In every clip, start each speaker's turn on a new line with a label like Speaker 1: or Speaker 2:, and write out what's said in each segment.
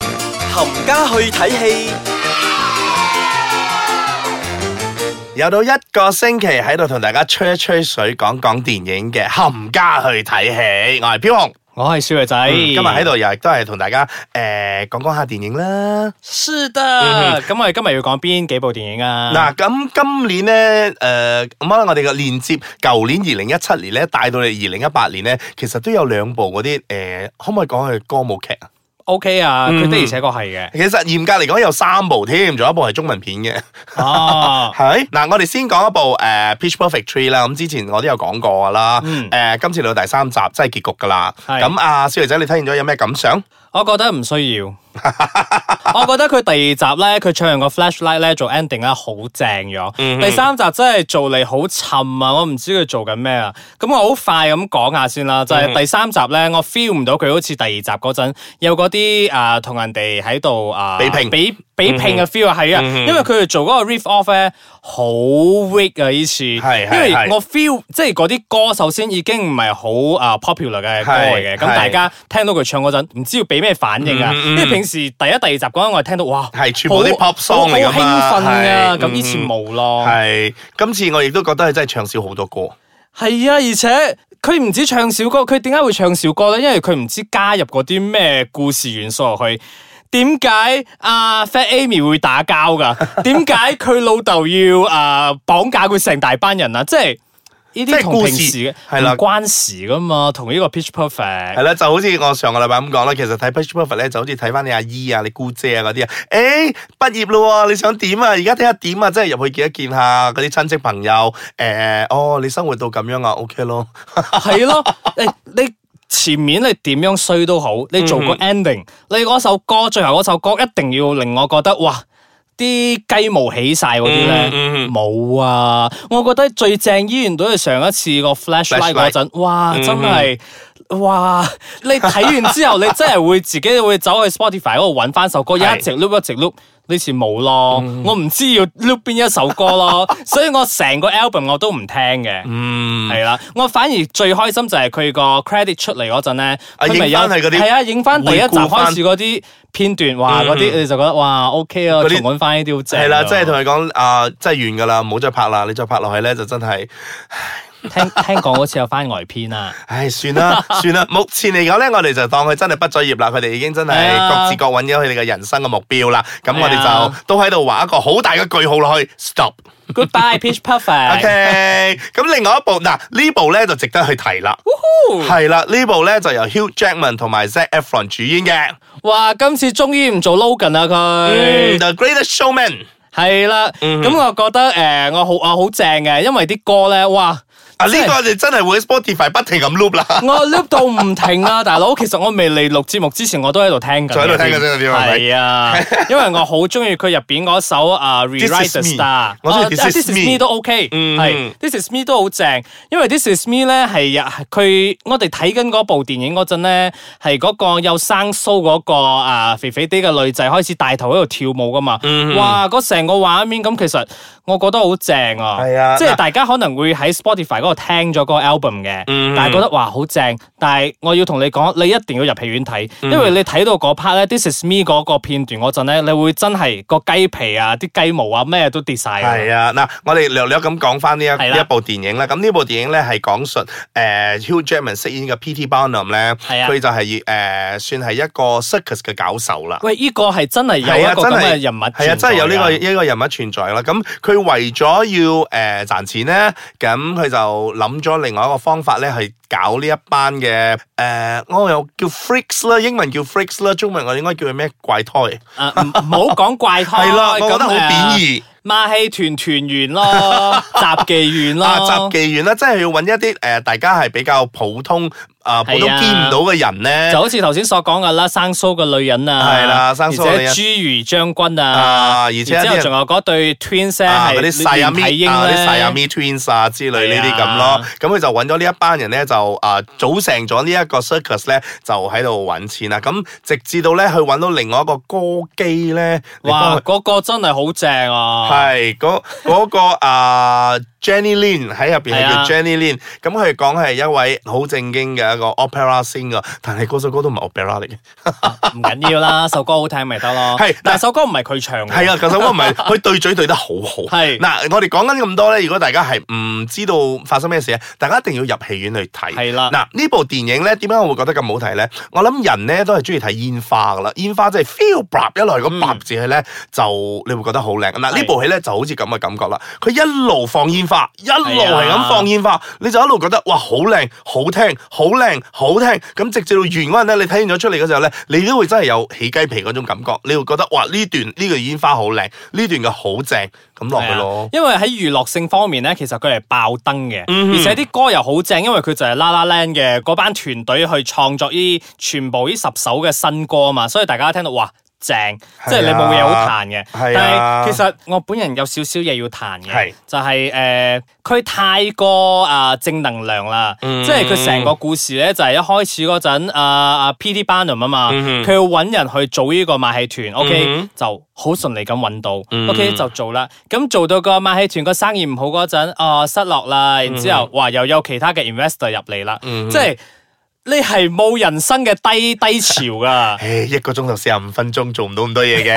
Speaker 1: 冚家去睇戲。
Speaker 2: 又到一個星期喺度同大家吹一吹水，講講電影嘅冚家去睇戲。我係飄紅，
Speaker 3: 我系小肥仔，
Speaker 2: 嗯今日喺。度又亦都係同大家诶講講下電影啦。
Speaker 3: 是的，咁我哋今日要讲边几部电影啊？
Speaker 2: 嗯嗱，咁今年咧，诶咁可能我哋嘅連接舊年二零一七年咧，帶到嚟二零一八年咧，其實都有兩部嗰啲诶，可唔可以講係歌舞劇啊？
Speaker 3: ，OK 啊，
Speaker 2: 嗯
Speaker 3: 佢的而且确系嘅。
Speaker 2: 其實嚴格嚟講有三部添，仲有一部係中文片嘅。
Speaker 3: 哦，
Speaker 2: 係嗱，我哋先講一部誒、呃 Pitch Perfect Tree 啦，咁之前我都有講過噶啦，誒、
Speaker 3: 嗯
Speaker 2: 今次嚟到第三集真係結局噶啦，
Speaker 3: 係
Speaker 2: 咁啊小肥仔你睇完咗有咩感想？
Speaker 3: 我觉得唔 需要。我覺得佢第二集咧，佢唱完個 flashlight 咧做 ending 咧好正咗。
Speaker 2: 嗯哼
Speaker 3: 第三集真係做嚟好沉啊！我唔知佢做緊咩啊。咁我好快咁講下先啦，就
Speaker 2: 嗯
Speaker 3: 係、第三集咧，我 feel 唔到佢好似第二集嗰陣有嗰啲啊同人哋喺度啊
Speaker 2: 比拼嗯
Speaker 3: 比比拼嘅 feel 啊，係啊，因為佢哋做嗰個 riff off 咧好 weak 啊，呢次，因
Speaker 2: 係係
Speaker 3: 為
Speaker 2: 係
Speaker 3: 我 feel 即係嗰啲歌首先已經唔係好啊 popular 嘅歌嚟嘅，
Speaker 2: 係
Speaker 3: 咁
Speaker 2: 係
Speaker 3: 大家聽到佢唱嗰陣唔知要俾咩反應啊，因為平時第一第二集嗰陣我係聽到哇〜
Speaker 2: 嗯係全部啲
Speaker 3: 好
Speaker 2: pop song 嚟㗎嘛
Speaker 3: 好興奮啊！
Speaker 2: 係嗯
Speaker 3: 咁呢次冇咯，
Speaker 2: 係、今次我亦都覺得佢真係唱少好多歌，
Speaker 3: 係啊，而且佢唔止唱小歌，佢點解會唱小歌咧？因為佢唔知加入嗰啲咩故事元素落去。點解阿 Fat Amy 會打交噶？ 點解佢老豆要啊綁架佢成大班人啊？即係呢
Speaker 2: 即係
Speaker 3: 啲同
Speaker 2: 故
Speaker 3: 平
Speaker 2: 事
Speaker 3: 時嘅
Speaker 2: 係
Speaker 3: 唔
Speaker 2: 啦
Speaker 3: 關事噶嘛，同呢個 Pitch Perfect
Speaker 2: 係啦，就好似我上個禮拜咁講啦，其實睇 Pitch Perfect 咧就好似睇翻你阿姨啊、你姑姐啊嗰啲啊，誒、畢業咯喎，你想點啊？而家睇下點啊，即係入去見一見下嗰啲親戚朋友，誒、哦你生活到咁樣啊，OK 咯，
Speaker 3: 系咯，你你前面你點樣衰都好，你做
Speaker 2: 嗯
Speaker 3: 個 ending，、你嗰首歌最後嗰首歌一定要令我覺得哇！啲雞毛起晒嗰啲咧
Speaker 2: 嗯嗯嗯
Speaker 3: 冇啊！我覺得最正依然都係上一次個 flashlight 嗰
Speaker 2: Flashlight 嗯
Speaker 3: 陣，哇！真係哇！你睇完之後，你真係會自己會走去 Spotify 嗰度揾翻首歌，一
Speaker 2: 係嗯
Speaker 3: 直 loop 一直 loop。呢次冇咯，我唔知要 loop 邊一首歌咯，所以我成個 album 我都唔聽嘅。
Speaker 2: 嗯。
Speaker 3: 系啦，我反而最開心就係佢個 credit 出嚟嗰陣咧，
Speaker 2: 啊
Speaker 3: 佢咪
Speaker 2: 影
Speaker 3: 有
Speaker 2: 返係嗰啲
Speaker 3: 係啊，影翻第一集
Speaker 2: 回顧返
Speaker 3: 開始嗰啲片段，哇，
Speaker 2: 嗯
Speaker 3: 嗰啲你就覺得哇 OK 啊，
Speaker 2: 嗰啲
Speaker 3: 重揾翻呢啲好正啊。
Speaker 2: 係啦，即係同佢講啊，真係完噶啦，唔好再拍啦，你再拍落去咧就真係，
Speaker 3: 聽聽講好似有番外篇 啊，
Speaker 2: 唉，算 啦算啦。目前嚟講咧，我哋就當佢真係畢咗業啦，佢哋已經真係
Speaker 3: 係啊
Speaker 2: 各自各揾咗佢哋嘅人生嘅目標啦。咁我
Speaker 3: 係
Speaker 2: 哋就
Speaker 3: 啊
Speaker 2: 都喺度畫一個好大嘅句號落去，stop。
Speaker 3: Goodbye Pitch Perfect。
Speaker 2: OK，咁另外一部嗱呢部咧就值得去提啦，係啦呢部咧就由 Hugh Jackman 同埋 Zac Efron 主演嘅
Speaker 3: 哇，今次終於唔做 Logan 啦
Speaker 2: 《
Speaker 3: 佢，
Speaker 2: The Greatest Showman》。
Speaker 3: 係啦，
Speaker 2: 嗯
Speaker 3: 咁我覺得誒我好我好正嘅，因為啲歌咧哇。
Speaker 2: 啊！呢
Speaker 3: 真係
Speaker 2: 個就真係會喺 Spotify 不停咁 loop 啦。
Speaker 3: 我 loop 到唔停啊，大佬！其實我未嚟錄節目之前，我都喺度聽緊嘅。
Speaker 2: 仲喺度聽緊呢個點啊係咪
Speaker 3: 係啊，因為我好中意佢入邊嗰首啊《
Speaker 2: This
Speaker 3: Rewrite
Speaker 2: is
Speaker 3: the
Speaker 2: me
Speaker 3: Star》，
Speaker 2: 我中意
Speaker 3: 啊
Speaker 2: This is
Speaker 3: This is
Speaker 2: me
Speaker 3: me 都 OK，
Speaker 2: 嗯
Speaker 3: 係 This is me 都好正。因為 This is me 咧係啊佢我哋睇緊嗰部電影嗰陣咧，係嗰個有生須嗰個啊肥肥啲嘅女仔開始帶頭喺度跳舞噶嘛。
Speaker 2: 嗯
Speaker 3: 哇！嗰成個畫面咁，其實我覺得好正啊。
Speaker 2: 係啊
Speaker 3: 即係
Speaker 2: 嗱
Speaker 3: 大家可能會喺 Spotify 嗰度聽咗個 album 嘅，
Speaker 2: 嗯
Speaker 3: 但係覺得哇好正，但係我要同你講，你一定要入戲院睇，
Speaker 2: 嗯
Speaker 3: 因為你睇到嗰 part 咧，This is me 嗰個片段嗰陣咧，你會真係個雞皮啊、啲雞毛啊咩都跌晒啊。
Speaker 2: 係啊，嗱，我哋略略咁講翻呢一
Speaker 3: 係啦
Speaker 2: 呢一部電影啦。咁呢部電影咧係講述誒、呃 Hugh Jackman 飾演嘅 P.T. Barnum 咧，
Speaker 3: 係啊
Speaker 2: 佢就係、誒、算係一個 circus 嘅搞手啦。
Speaker 3: 喂，呢個係真係有
Speaker 2: 係啊
Speaker 3: 一個
Speaker 2: 真
Speaker 3: 咁
Speaker 2: 係
Speaker 3: 嘅人物存在㗎，
Speaker 2: 係啊，真係有呢、個呢個人物存在啦。咁佢為咗要誒、呃、賺錢咧，咁佢就諗咗另外一個方法咧，去搞呢一班嘅誒、呃我又叫 freaks 啦，英文叫 freaks 啦，中文我應該叫佢咩怪胎？
Speaker 3: 啊唔唔好講怪胎，
Speaker 2: 係啦，我覺得好
Speaker 3: 咁
Speaker 2: 貶。
Speaker 3: 誒
Speaker 2: 義。
Speaker 3: 馬戲團團員 咯，雜技員咯，
Speaker 2: 啊，雜技員啦，即係要揾一啲誒、呃大家係比較普通啊、普通
Speaker 3: 係啊
Speaker 2: 見唔到嘅人咧
Speaker 3: 就。好似頭先所講噶啦，生須嘅女人啊，
Speaker 2: 係啦生鬚嘅女人
Speaker 3: 而且侏儒將軍
Speaker 2: 啊
Speaker 3: 啊，
Speaker 2: 而且
Speaker 3: 然之後
Speaker 2: 一啲
Speaker 3: 仲有嗰對 twins 咧，
Speaker 2: 啊！
Speaker 3: 係
Speaker 2: 嗰啲細阿
Speaker 3: 連體
Speaker 2: 咪
Speaker 3: 嬰
Speaker 2: 啊，嗰啲細阿
Speaker 3: 咧，
Speaker 2: 咪 twins 啊之類呢啲咁
Speaker 3: 係啊
Speaker 2: 咯，咁佢就揾咗呢一班人咧，就啊組成咗呢一個 circus 咧，就喺度揾錢啦。咁直至到咧，佢揾到另外一個歌姬咧，嚟幫
Speaker 3: 哇，
Speaker 2: 佢
Speaker 3: 嗰個真係好正啊！
Speaker 2: 係嗰嗰個啊 Jenny Lin 喺入邊
Speaker 3: 係
Speaker 2: 係
Speaker 3: 啊
Speaker 2: 叫 Jenny Lin，咁佢講係一位好正經嘅係一個 opera singer，但係嗰首歌都唔係 opera 嚟嘅。
Speaker 3: 唔緊要啦，首歌好聽咪得咯。
Speaker 2: 係
Speaker 3: 但係首歌唔係佢唱嘅。
Speaker 2: 係啊，嗰首歌唔係佢對嘴對得好好。
Speaker 3: 係
Speaker 2: 嗱，我哋講緊咁多咧，如果大家係唔知道發生咩事咧，大家一定要入戲院去睇。
Speaker 3: 係啦
Speaker 2: 嗱呢部電影咧，點解我會覺得咁好睇咧？我諗人咧都係中意睇煙花噶啦，煙花即係 feel 啪一嚟咁啪字去咧，就你會覺得好靚。嗱
Speaker 3: 嗯係
Speaker 2: 呢部戲咧就好似咁嘅感覺啦，佢一路放煙花，一路
Speaker 3: 啊
Speaker 2: 係咁放煙花，你就一路覺得哇好靚、好聽、好靚、好聽。咁直至到完嗰陣咧，你睇完咗出嚟嘅時候咧，你都會真係有起雞皮嗰種感覺，你會覺得哇呢段呢個煙花好靚，呢段嘅好正，咁落去
Speaker 3: 係啊
Speaker 2: 咯。
Speaker 3: 因為喺娛樂性方面咧，其實佢係爆燈嘅，
Speaker 2: 嗯
Speaker 3: 而且啲歌又好正，因為佢就係 La La Land 嘅嗰班團隊去創作呢全部呢十首嘅新歌啊嘛，所以大家聽到哇正，
Speaker 2: 啊
Speaker 3: 即係你冇嘢好彈嘅。
Speaker 2: 係啊
Speaker 3: 但係其實我本人有少少嘢要彈嘅
Speaker 2: 係，
Speaker 3: 就係誒佢太過啊正能量啦，
Speaker 2: 嗯
Speaker 3: 即係佢成個故事咧就係一開始嗰陣啊啊 P.D. Barnum 啊嘛，
Speaker 2: 嗯哼
Speaker 3: 佢要揾人去做呢個馬戲團
Speaker 2: 嗯
Speaker 3: ，OK
Speaker 2: 哼
Speaker 3: 就好順利咁揾到
Speaker 2: 嗯。
Speaker 3: ，OK 就做啦。咁做到個馬戲團個生意唔好嗰陣，哦失落啦，然之後哇又有其他嘅 investor 入嚟啦，即係你係冇人生嘅低低潮噶
Speaker 2: 唉，一個鐘頭四十五分鐘做唔到咁多嘢 嘅，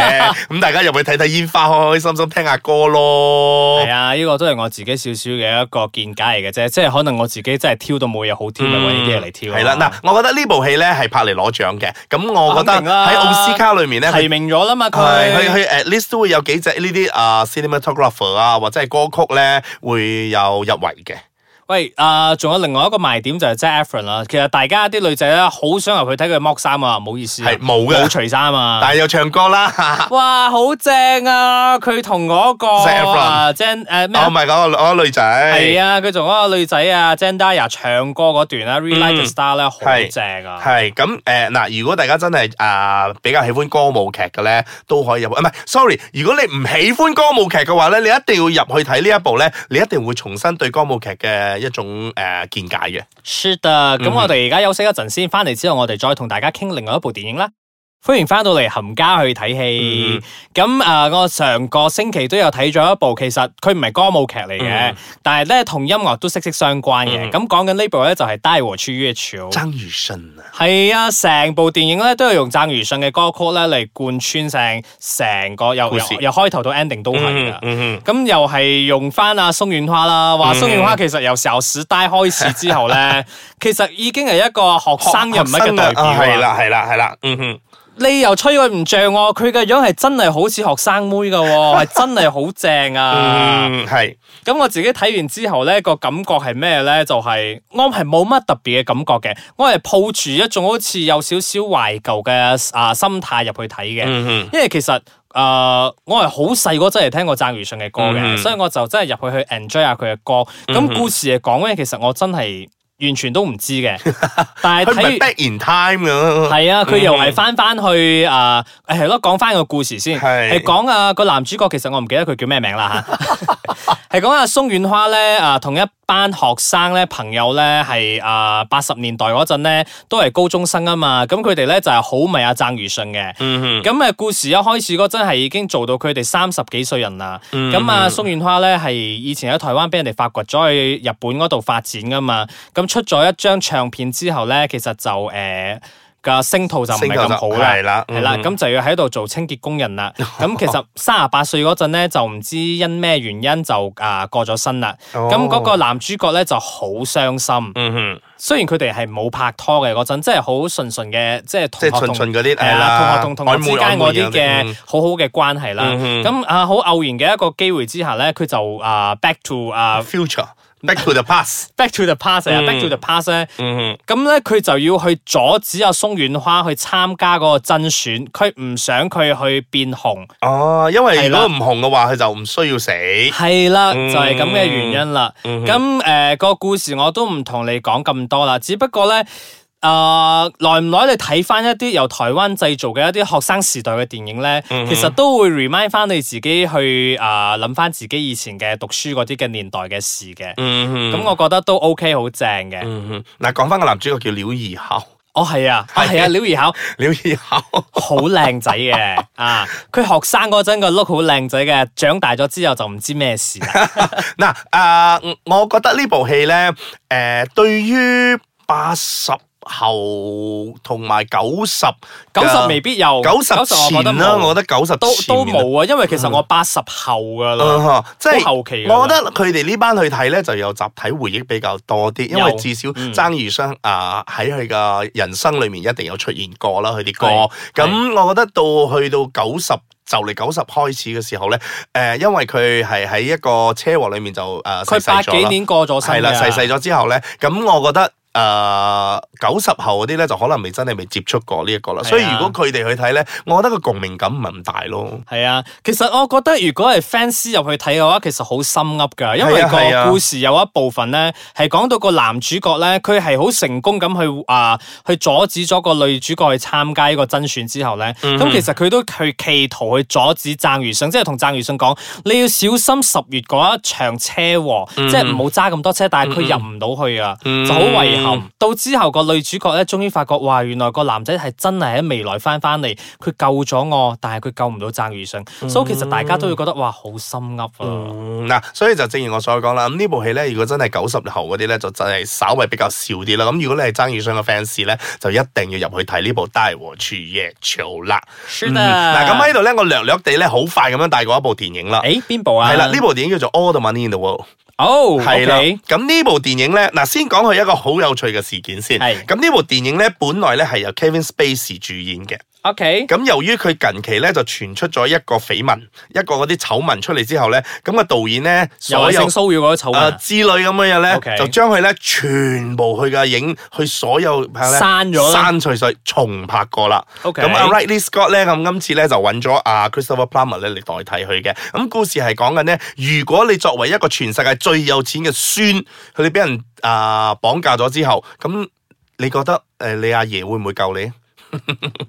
Speaker 2: 咁大家入去睇睇煙花，開開心心聽下歌咯。
Speaker 3: 係啊，呢個都係我自己少少嘅一個見解嚟嘅啫，即係可能我自己真係挑到冇嘢好挑，咪揾呢啲嘢嚟
Speaker 2: 嗯
Speaker 3: 挑。啊
Speaker 2: 係啦，嗱，，我覺得呢部戲咧係拍嚟攞獎嘅，咁我覺得
Speaker 3: 肯定啦
Speaker 2: 喺奧斯卡裏面咧，
Speaker 3: 提
Speaker 2: 佢
Speaker 3: 名咗啦嘛
Speaker 2: 係佢
Speaker 3: 佢。
Speaker 2: 佢 at least 都會有幾隻呢啲啊 cinematographer 啊或者係歌曲咧會有入圍嘅。
Speaker 3: 喂，啊、仲有另外一個賣點就係 Zac Efron 啦。其實大家啲女仔咧，好想入去睇佢剝衫啊，唔好意思啊，
Speaker 2: 係冇嘅
Speaker 3: 冇除衫啊。
Speaker 2: 但係有唱歌啦，
Speaker 3: 哇，好正啊！佢同嗰個
Speaker 2: Zac Efron 哦
Speaker 3: 啊 Jen 誒咩
Speaker 2: 我唔
Speaker 3: 啊？
Speaker 2: 係講個我個女仔，
Speaker 3: 係
Speaker 2: 係啊，
Speaker 3: 啊，佢同嗰個女仔啊 Zendaya 唱歌嗰段啦 r e l i g h t the Star 咧，好
Speaker 2: 係
Speaker 3: 正啊！
Speaker 2: 係咁誒嗱，如果大家真係啊比較喜歡歌舞劇嘅咧，都可以入去，唔係，sorry，如果你唔喜歡歌舞劇嘅話咧，你一定要入去睇呢一部咧，你一定會重新對歌舞劇嘅一種誒見解嘅。
Speaker 3: 是的，
Speaker 2: 嗯
Speaker 3: 咁我哋而家休息一陣先，翻嚟之後我哋再同大家傾另外一部電影啦。歡迎翻到嚟冚家去睇
Speaker 2: 嗯
Speaker 3: 戲。咁啊、我上個星期都有睇咗一部，其實佢唔係歌舞劇嚟嘅，
Speaker 2: 嗯
Speaker 3: 但係咧同音樂都息息相關嘅。
Speaker 2: 嗯
Speaker 3: 咁講緊呢部咧就係、帶和去月球》。
Speaker 2: 張雨生啊，
Speaker 3: 係啊，成部電影咧都係用鄭如信嘅歌曲咧嚟貫穿成成個由
Speaker 2: 故
Speaker 3: 由
Speaker 2: 事
Speaker 3: 由開頭到 ending 都係
Speaker 2: 嗯
Speaker 3: 噶。
Speaker 2: 嗯
Speaker 3: 咁、又係用翻阿松軟花啦，話
Speaker 2: 嗯
Speaker 3: 松軟花其實由時候史呆開始之後 咧，其實已經係一個學生人物嘅代表
Speaker 2: 啊係
Speaker 3: 啊
Speaker 2: 啦係啦係啦，嗯哼，
Speaker 3: 你又吹佢唔脹喎，佢嘅樣係真係好似學生妹 噶喎，係真係好正啊！
Speaker 2: 嗯係，
Speaker 3: 咁我自己睇完之後咧，個感覺係咩咧？就係、我係冇乜特別嘅感覺嘅，我係抱住一種好似有少少懷舊嘅啊心態入去睇嘅，
Speaker 2: 嗯哼，
Speaker 3: 因為其實。誒、我係好細個真係聽過鄭如信嘅歌嘅，
Speaker 2: 嗯
Speaker 3: 所以我就真係入去去 enjoy 下佢嘅歌。咁、故事嚟講咧，其實我真係完全都唔知 嘅，但
Speaker 2: 佢
Speaker 3: 係
Speaker 2: 唔嗯
Speaker 3: 睇
Speaker 2: 係
Speaker 3: 完
Speaker 2: back in time 噶，
Speaker 3: 係啊，佢又係翻翻去啊，誒係咯，講翻個故事先，
Speaker 2: 係
Speaker 3: 係講啊個男主角，其實我唔記得佢叫咩名啦吓，係 講啊松軟花咧啊，同一班學生咧朋友咧係啊八十年代嗰陣咧都係高中生啊嘛，咁佢哋咧就係好迷阿鄭如信嘅。
Speaker 2: 嗯哼。
Speaker 3: 咁誒故事一開始嗰陣係已經做到佢哋三十幾歲人啦。
Speaker 2: 嗯
Speaker 3: 咁啊，宋元花咧係以前喺台灣俾人哋發掘咗去日本嗰度發展噶嘛。咁出咗一張唱片之後咧，其實就誒。個星途就唔係咁好
Speaker 2: 星途就
Speaker 3: 啦，
Speaker 2: 係啦
Speaker 3: 係啦，
Speaker 2: 嗯
Speaker 3: 咁就要喺度做清潔工人啦。 咁其實三十八歲嗰陣咧，就唔知因咩原因就啊過咗身啦。
Speaker 2: 哦
Speaker 3: 咁嗰個男主角咧就好傷心。
Speaker 2: 嗯哼，
Speaker 3: 雖然佢哋係冇拍拖嘅嗰陣，即係好純純嘅，即係
Speaker 2: 即
Speaker 3: 同
Speaker 2: 係
Speaker 3: 學
Speaker 2: 純
Speaker 3: 同
Speaker 2: 純嗰啲
Speaker 3: 係
Speaker 2: 係
Speaker 3: 啦，
Speaker 2: 啦，
Speaker 3: 同學同同學之間嗰啲嘅好好嘅關係啦。
Speaker 2: 嗯
Speaker 3: 咁啊，好偶然嘅一個機會之下咧，佢就啊 back to 啊
Speaker 2: future back to the past。
Speaker 3: back to the past 啊
Speaker 2: 嗯
Speaker 3: back to the past 咧。
Speaker 2: 嗯
Speaker 3: 咁咧，佢就要去阻止阿松軟花去參加嗰個甄選，佢唔想佢去變紅，
Speaker 2: 哼，哦，因為如
Speaker 3: 係啦
Speaker 2: 果唔紅嘅話，佢就唔需要死。
Speaker 3: 係啦，就
Speaker 2: 嗯
Speaker 3: 係咁嘅原因啦。
Speaker 2: 嗯哼
Speaker 3: 咁誒個故事我都唔同你講咁多啦，只不過咧。誒、耐唔耐你睇翻一啲由台灣製造嘅一啲學生時代嘅電影咧，
Speaker 2: 嗯
Speaker 3: 其實都會 remind 翻你自己去誒啊諗翻自己以前嘅讀書嗰啲嘅年代嘅事嘅。咁、
Speaker 2: 嗯哼，
Speaker 3: 我覺得都 OK 好正嘅。
Speaker 2: 嗯哼，嗱，講翻個男主角叫廖怡豪，
Speaker 3: 哦，係啊，啊
Speaker 2: 係
Speaker 3: 係啊，廖怡巧
Speaker 2: 廖怡豪，
Speaker 3: 好靚仔嘅啊！佢學生嗰陣個 look 好靚仔嘅，長大咗之後就唔知咩事啦。
Speaker 2: 呃嗱，啊，我覺得呢部戲咧，誒，對於。呃八十後同埋九十
Speaker 3: 九十未必有，
Speaker 2: 啊九十前啦，我
Speaker 3: 我覺得
Speaker 2: 覺得九十
Speaker 3: 冇都都
Speaker 2: 前面
Speaker 3: 冇啊，因為其實我八十後噶
Speaker 2: 嗯
Speaker 3: 啦，
Speaker 2: 哼即係
Speaker 3: 好後期㗎啦
Speaker 2: 我覺得佢哋呢班去睇咧就有集體回憶比較多啲，因為
Speaker 3: 有
Speaker 2: 至少
Speaker 3: 嗯
Speaker 2: 爭如生啊喺佢嘅人生裏面一定有出現過啦，佢啲歌。
Speaker 3: 係
Speaker 2: 咁我覺得到去到九十。就嚟九十開始嘅時候咧，誒、因為佢係喺一個車禍裏面就誒逝
Speaker 3: 佢
Speaker 2: 世
Speaker 3: 八
Speaker 2: 咗
Speaker 3: 幾
Speaker 2: 啦，
Speaker 3: 年過咗身
Speaker 2: 係啦，
Speaker 3: 㗎
Speaker 2: 逝世咗之後咧，咁我覺得。誒九十後嗰啲咧就可能未真係未接觸過呢一個啦，
Speaker 3: 係啊
Speaker 2: 所以如果佢哋去睇咧，我覺得個共鳴感唔係咁大咯。
Speaker 3: 係啊，其實我覺得如果係 fans 入去睇嘅話，其實好心噏㗎，因為
Speaker 2: 係啊係啊
Speaker 3: 個故事有一部分咧係講到個男主角咧，佢係好成功咁去啊、去阻止咗個女主角去參加呢個甄選之後咧，咁、
Speaker 2: 嗯
Speaker 3: 其實佢都去企圖去阻止鄭如信，即係同鄭如信講你要小心十月嗰一場車禍，即係唔好揸咁多車，但係佢入唔到去啊，
Speaker 2: 嗯
Speaker 3: 就好遺憾。到之後個女主角咧，終於發覺，哇！原來個男仔係真係喺未來翻翻嚟，佢救咗我，但係佢救唔到鄭如信，所以其實大家都會覺得哇，好心噏啊！
Speaker 2: 嗯嗱，所以就正如我所講啦，咁呢部戲咧，如果真係九十後嗰啲咧，就真係稍微比較少啲啦。咁如果你係爭雨商嘅 fans 咧，就一定要入去睇呢部《大和處夜潮》啦。
Speaker 3: 是
Speaker 2: 嗯
Speaker 3: 啊
Speaker 2: 嗱，咁喺度咧，我略略地咧，好快咁樣帶過一部電影啦。
Speaker 3: 誒邊部啊？
Speaker 2: 係啦，呢部電影叫做《All the Money in the World》。
Speaker 3: 哦，
Speaker 2: 係
Speaker 3: 係
Speaker 2: 啦
Speaker 3: 啦，，
Speaker 2: 咁呢部電影咧，嗱先講佢一個好有趣嘅事件先。
Speaker 3: 係
Speaker 2: 咁呢部電影咧，本來咧係由 Kevin Spacey 主演嘅。
Speaker 3: ，OK，
Speaker 2: 咁由於佢近期咧就傳出咗一個緋聞，一個嗰啲醜聞出嚟之後咧，咁個導演咧
Speaker 3: 又
Speaker 2: 所
Speaker 3: 係
Speaker 2: 有
Speaker 3: 性騷擾嗰個醜
Speaker 2: 誒、
Speaker 3: 聞啊
Speaker 2: 之類咁嘅嘢咧
Speaker 3: OK
Speaker 2: 就將佢咧全部佢嘅影，佢所有拍咧
Speaker 3: 刪咗啦
Speaker 2: 刪除晒，重拍過啦。
Speaker 3: ，OK，
Speaker 2: 咁啊阿 Ridley Scott 咧，咁今次咧就揾咗阿 Christopher Plummer 咧嚟代替佢嘅。咁故事係講緊咧，如果你作為一個全世界最有錢嘅孫，佢哋俾人啊綁架咗之後，咁你覺得誒、呃你阿爺會唔會救你？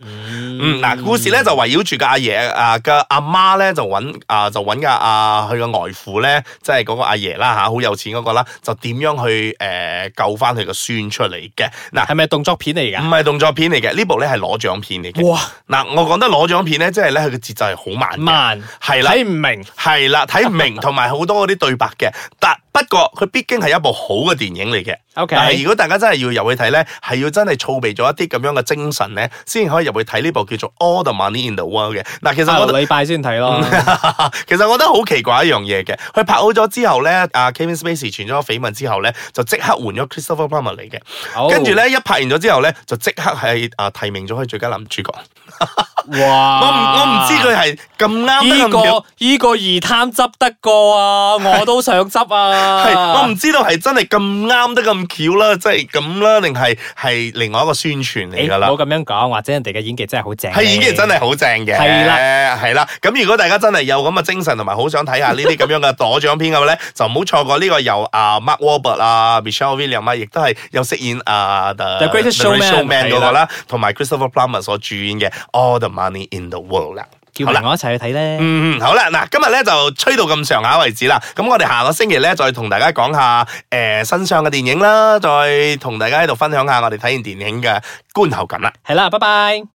Speaker 2: 嗯，嗱，故事咧就圍繞住個阿爺啊嘅阿媽咧就揾啊就揾嘅啊佢嘅外父咧，即係嗰個阿爺啦吓，好有錢嗰個啦，就點樣去誒、呃救翻佢個孫出嚟嘅？嗱，
Speaker 3: 係咪啊動作片嚟
Speaker 2: 唔係動作片嚟嘅，呢部咧係攞獎片嚟
Speaker 3: 㗎？
Speaker 2: 嘅。
Speaker 3: 哇，
Speaker 2: 嗱，我講得攞獎片咧，即係咧佢嘅節奏係好慢嘅，
Speaker 3: 慢
Speaker 2: 係啦。
Speaker 3: 睇唔明，
Speaker 2: 係啦，睇唔明同埋好多嗰啲對白嘅，但不過佢畢竟係一部好嘅電影嚟嘅。
Speaker 3: OK
Speaker 2: 但係如果大家真係要入去睇咧，係要真係儲備咗一啲咁樣嘅精神咧，先可以入去睇呢部叫做《All the Money in the World》嘅。嗱，其實
Speaker 3: 下
Speaker 2: 我覺
Speaker 3: 個
Speaker 2: 得嗯
Speaker 3: 禮拜先睇咯。
Speaker 2: 其實我覺得好奇怪一樣嘢嘅，佢拍好咗之後咧，阿 Kevin Spacey 傳咗個緋聞之後咧，就即刻換咗 Christopher Plummer 嚟嘅。
Speaker 3: 好
Speaker 2: 跟住，咧一拍完咗之後咧，就即刻係啊提名咗佢最佳男主角。
Speaker 3: 哇！
Speaker 2: 我唔我唔知佢係咁啱得
Speaker 3: 依
Speaker 2: 咁巧。
Speaker 3: 啊個啊依個二貪執得過啊，我都想執啊。
Speaker 2: 係，我唔知道係真係咁啱得咁巧啦，即係咁啦，定係係另外一個宣傳嚟㗎
Speaker 3: 誒
Speaker 2: 啦
Speaker 3: 唔。好咁樣講，或者人哋嘅演技真係好正。
Speaker 2: 係演技真係好正嘅，
Speaker 3: 係
Speaker 2: 啦，係啦。咁如果大家真係有咁嘅精神，同埋好想睇下呢啲咁樣嘅攞獎片嘅話咧，就唔好錯過呢 個由啊 Mark Wahlberg 啊 Michelle William 啊，亦都係有飾演啊 The
Speaker 3: The Greatest Showman，
Speaker 2: 嗰個啦，同埋 Christopher Plummer 所主演嘅 All the Money in the World 啦。
Speaker 3: 叫
Speaker 2: 好啦
Speaker 3: 埋我一齊去睇咧。
Speaker 2: 嗯，好啦，嗱，今日咧就吹到咁上下為止啦。咁我哋下個星期咧再同大家講下誒、新上嘅電影啦，再同大家喺度分享下我哋睇完電影嘅觀後感啦。
Speaker 3: 係啦，拜拜。